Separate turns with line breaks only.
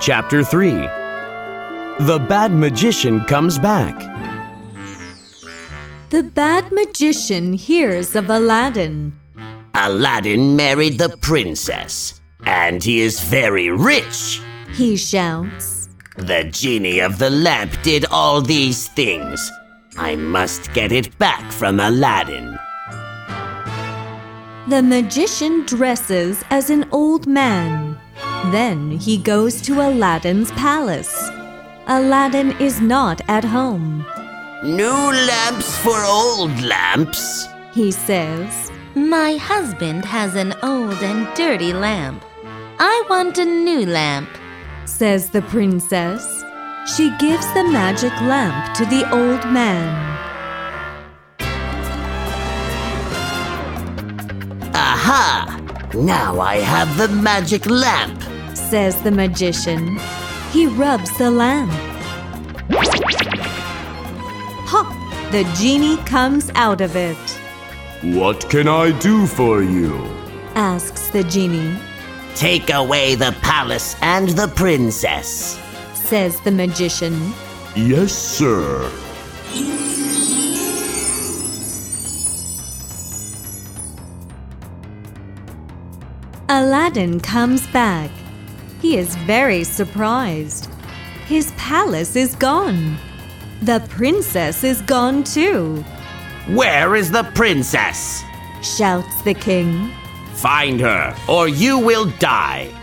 Chapter 3 The Bad Magician Comes Back.
The bad magician hears of Aladdin.
Aladdin married the princess, and he is very rich.
He shouts,
The genie of the lamp did all these things. I must get it back from Aladdin.
The magician dresses as an old man. Then he goes to Aladdin's palace. Aladdin is not at home.
New lamps for old lamps.
He says,
My husband has an old and dirty lamp. I want a new lamp.
says the princess. She gives the magic lamp to the old man.
Aha! Now I have the magic lamp.
Says the magician. He rubs the lamp. Pop! The genie comes out of it.
What can I do for you?
Asks the genie.
Take away the palace and the princess.
Says the magician.
Yes, sir.
Aladdin comes back. He is very surprised. His palace is gone. The princess is gone too,
Where is the princess?
shouts the king.
Find her, or you will die.